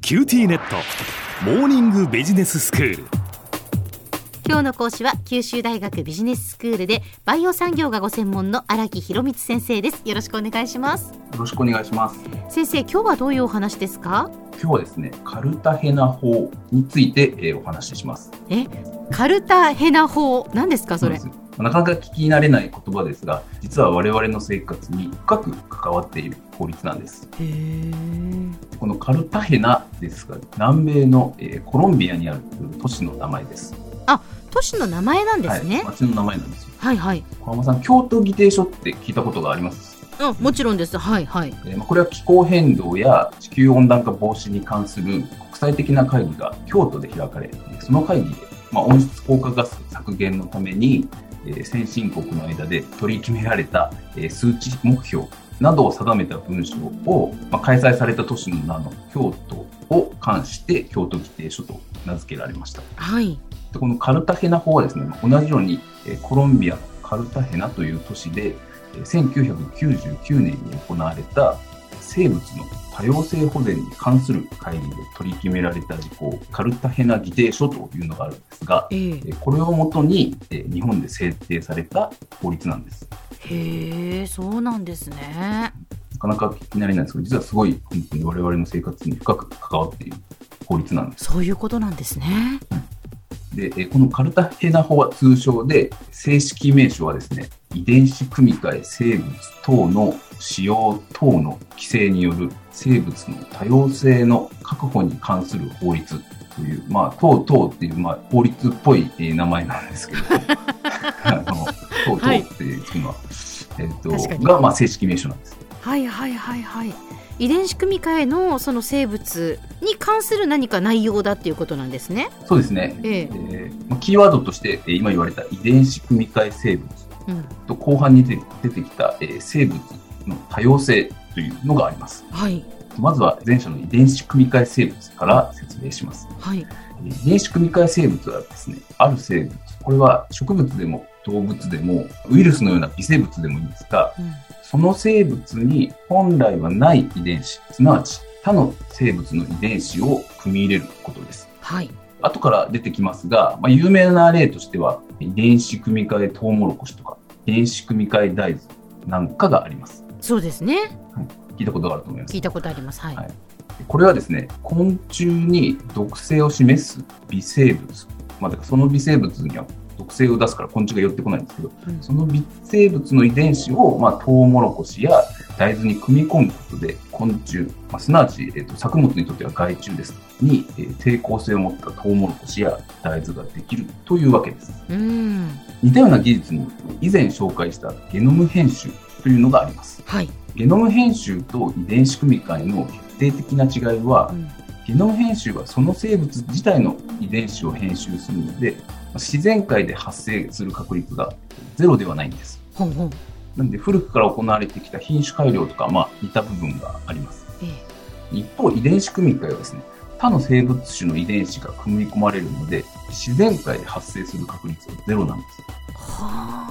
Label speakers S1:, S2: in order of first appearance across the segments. S1: キューティーネットモーニングビジネススクール
S2: 今日の講師は九州大学ビジネススクールでバイオ産業がご専門の荒木博光先生ですよろしくお願いします
S3: よろしくお願いします。
S2: 先生今日はどういうお話ですか
S3: 今日はですね、カルタヘナ法について、えーお話しします。
S2: カルタヘナ法何ですかそれ
S3: そうですなかなか聞き慣れない言葉ですが、実は我々の生活に深く関わっている法律なんです。このカルタヘナですが、南米の、えーコロンビアにある都市の名前です。
S2: 都市の名前なんです
S3: はい、
S2: ね
S3: 町の名前なんですよ。
S2: はいはい、
S3: 小浜さん、京都議定書って聞いたことがあります。
S2: うんもちろんですはいはい
S3: えーまあこれは気候変動や地球温暖化防止に関する国際的な会議が京都で開かれ、その会議で、まあ、温室効果ガス削減のために、えー先進国の間で取り決められた、えー数値目標などを定めた文書を、まあ、開催された都市の名の京都を冠して京都議定書と名付けられました。
S2: はい
S3: でこのカルタヘナ法はですね、同じようにえーコロンビアのカルタヘナという都市で、えー1999年に行われた生物の多様性保全に関する会議で取り決められた事項、カルタヘナ議定書というのがあるんですが、
S2: え
S3: えーこれをもとにえー日本で制定された法律なんです。
S2: へえそうなんですね
S3: なかなか聞き慣れないですけど、実はすごい本当に我々の生活に深く関わっている法律なんです。
S2: そういうことなんですね
S3: で、えーこのカルタヘナ法は通称で、正式名称はですね、遺伝子組み換え生物等の使用等の規制による生物の多様性の確保に関する法律という、まあ、等々っていう、まあ、法律っぽい、えー名前なんで すけど、あの、等々っていうのは、えっ、
S2: 確か
S3: と、
S2: に
S3: が、まあ、正式名称なんです。
S2: はいはいはいはい遺伝子組み換えのその生物に関する何か内容だっていうことなんですね
S3: そうですね。
S2: ええ
S3: えーまあキーワードとして、えー今言われた遺伝子組み換え生物
S2: うん
S3: と後半に出て出てきた、えー生物の多様性というのがあります。
S2: はい
S3: まずは前者の遺伝子組み換え生物から説明します。
S2: はい
S3: えー遺伝子組み換え生物はですね、ある生物、これは植物でも動物でもウイルスのような微生物でもいいんですが、
S2: うん
S3: その生物に本来はない遺伝子、すなわち他の生物の遺伝子を組み入れることです。
S2: はい
S3: 後から出てきますが、まあ、有名な例としては、遺伝子組み換えトウモロコシとか、遺伝子組み換え大豆なんかがあります。
S2: そうですね
S3: 聞いたことがあると思います
S2: 聞い。たことありますはい、
S3: はいこれはですね、昆虫に毒性を示す微生物、まあ、だからその微生物には毒性を出すから昆虫が寄ってこないんですけど、
S2: うん
S3: その微生物の遺伝子を、まあ、トウモロコシや大豆に組み込むことで、昆虫、まあ、すなわち、えっと作物にとっては害虫です、に、えー抵抗性を持ったトウモロコシや大豆ができるというわけです。
S2: うん
S3: 似たような技術に以前紹介したゲノム編集というのがあります。
S2: はい、
S3: ゲノム編集と遺伝子組み換えの決定的な違いは
S2: う、ん
S3: ゲノム編集はその生物自体の遺伝子を編集するので、自然界で発生する確率がゼロではないんです。
S2: ほんほん
S3: なので、古くから行われてきた品種改良とか、まあ、似た部分があります。
S2: え
S3: 一方、遺伝子組み換えはですね、他の生物種の遺伝子が組み込まれるので、自然界で発生する確率はゼロなんです。
S2: えは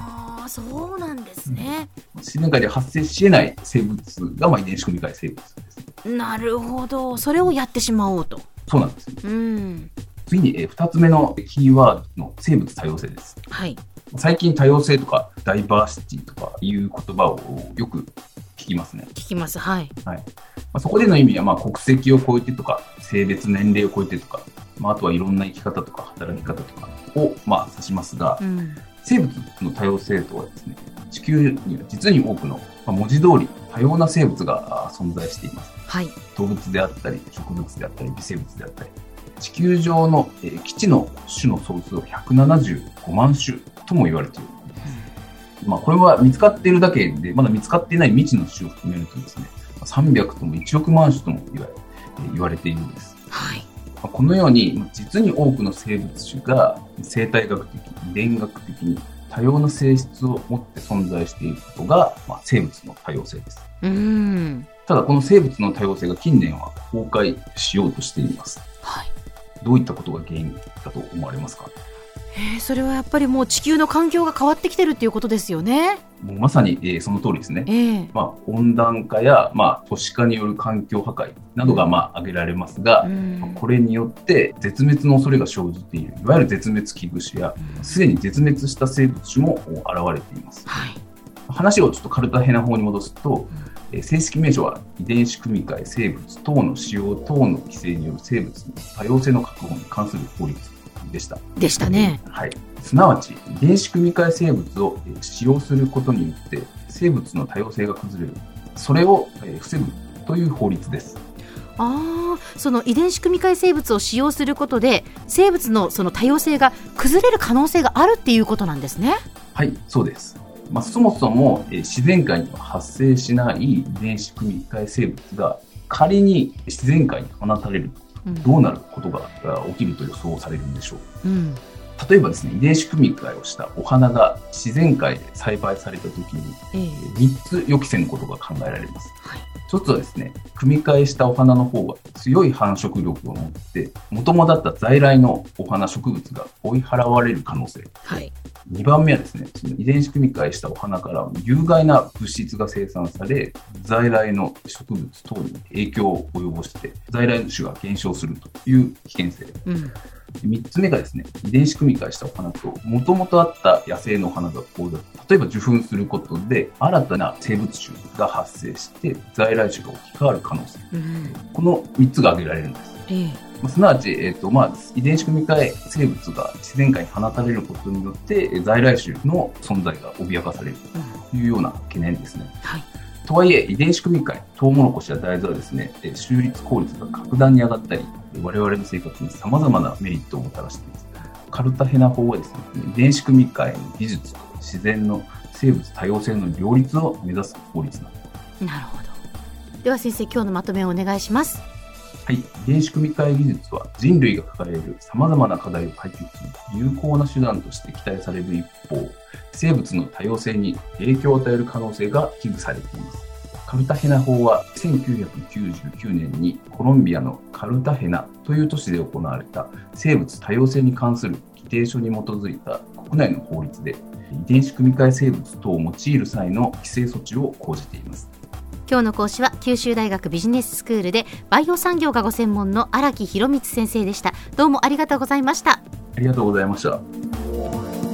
S2: あそうなんですね、
S3: 自然界で発生し得ない生物が、まあ、遺伝子組み換え生物です。
S2: なるほどそれをやってしまおうと
S3: そうなんですよ。
S2: うん
S3: 次に、えー、2つ目のキーワードの生物多様性です。
S2: はい
S3: 最近多様性とかダイバーシティとかいう言葉をよく聞きますね。
S2: 聞きますはい
S3: まあ、そこでの意味はまあ国籍を超えてとか性別年齢を超えてとか、まあ、あとはいろんな生き方とか働き方とかをまあ指しますが
S2: うん
S3: 生物の多様性とはですね地球には実に多くの、まあ、文字通り多様な生物があー存在しています。
S2: はい
S3: 動物であったり植物であったり微生物であったり地球上の、えー基地の種の総数は175万種とも言われているまあ、これは見つかっているだけで、まだ見つかっていない未知の種を含めるとですね、300とも1億万種とも言われえー言われているんです。
S2: はい
S3: まあこのように、まあ実に多くの生物種が生態学的、遺伝学的に多様な性質を持って存在していることが、まあ、生物の多様性です。
S2: うん
S3: ただ、この生物の多様性が近年は崩壊しようとしています。
S2: はい
S3: どういったことが原因だと思われますか
S2: えーそれはやっぱりもう地球の環境が変わってきてるっていうことですよね。
S3: もうまさに、えーその通りですね。
S2: ええ
S3: まあ、温暖化や、まあ、都市化による環境破壊などが、まあ、挙げられますが、
S2: うん
S3: これによって絶滅の恐れが生じているいわゆる絶滅危惧種やすでに絶滅した生物種もお現れています
S2: はい。
S3: 話をちょっとカルタヘナ法に戻すと、えー正式名称は遺伝子組み換え生物等の使用等の規制による生物の多様性の確保に関する法律でした
S2: でしたね。
S3: はい、すなわち遺伝子組み換え生物をえー使用することによって生物の多様性が崩れるそれをえー防ぐという法律です
S2: ああ、その遺伝子組み換え生物を使用することで生物のその多様性が崩れる可能性があるっていうことなんですね。
S3: はいそうです、まあ、そもそもえー自然界には発生しない遺伝子組み換え生物が仮に自然界に放たれると
S2: うん
S3: どうなることがあ起きると予想されるんでしょう
S2: うん
S3: 例えばですね遺伝子組み換えをしたお花が自然界で栽培された時に
S2: ええ
S3: 3つ予期せぬことが考えられます、
S2: はい
S3: 一つはですね組み換えしたお花の方が強い繁殖力を持って元々だった在来のお花植物が追い払われる可能性
S2: はい。
S3: 2番目はですねその遺伝子組み換えしたお花から有害な物質が生産され在来の植物等に影響を及ぼして在来種が減少するという危険性
S2: うん。
S3: 3つ目がですね遺伝子組み換えしたお花ともともとあった野生のお花がこうだ例えば受粉することで新たな生物種が発生して在来種が置き換わる可能性
S2: うん。
S3: この3つが挙げられるんです、
S2: ええ
S3: まあすなわち、えーとまあ、遺伝子組み換え生物が自然界に放たれることによってえー在来種の存在が脅かされる
S2: うん
S3: というような懸念ですね
S2: はい。
S3: とはいえ遺伝子組み換えトウモロコシや大豆はですねえー収率効率が格段に上がったり我々の生活にさまざまなメリットをもたらしていますカルタヘナ法はですね遺伝子組み換えの技術と自然の生物多様性の両立を目指す法律なんです
S2: なるほど。では先生今日のまとめをお願いします。
S3: はい、遺伝子組み換え技術は人類が抱えるさまざまな課題を解決する有効な手段として期待される一方生物の多様性に影響を与える可能性が危惧されていますカルタヘナ法は1999年にコロンビアのカルタヘナという都市で行われた生物多様性に関する規定書に基づいた国内の法律で遺伝子組み換え生物等を用いる際の規制措置を講じています
S2: 今日の講師は九州大学ビジネススクールでバイオ産業がご専門の荒木博光先生でした。どうもありがとうございました。
S3: ありがとうございました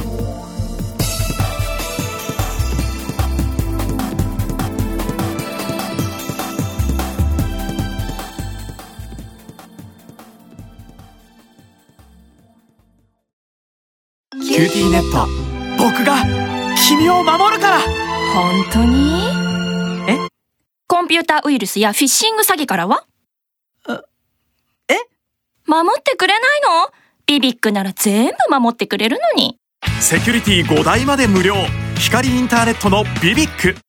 S4: キューティーネット僕が君を守るから
S5: 本当に
S4: え
S5: コンピューターウイルスやフィッシング詐欺からは
S4: え
S5: 守ってくれないのビビックなら全部守ってくれるのに。
S4: セキュリティ5台まで無料光インターネットのビビック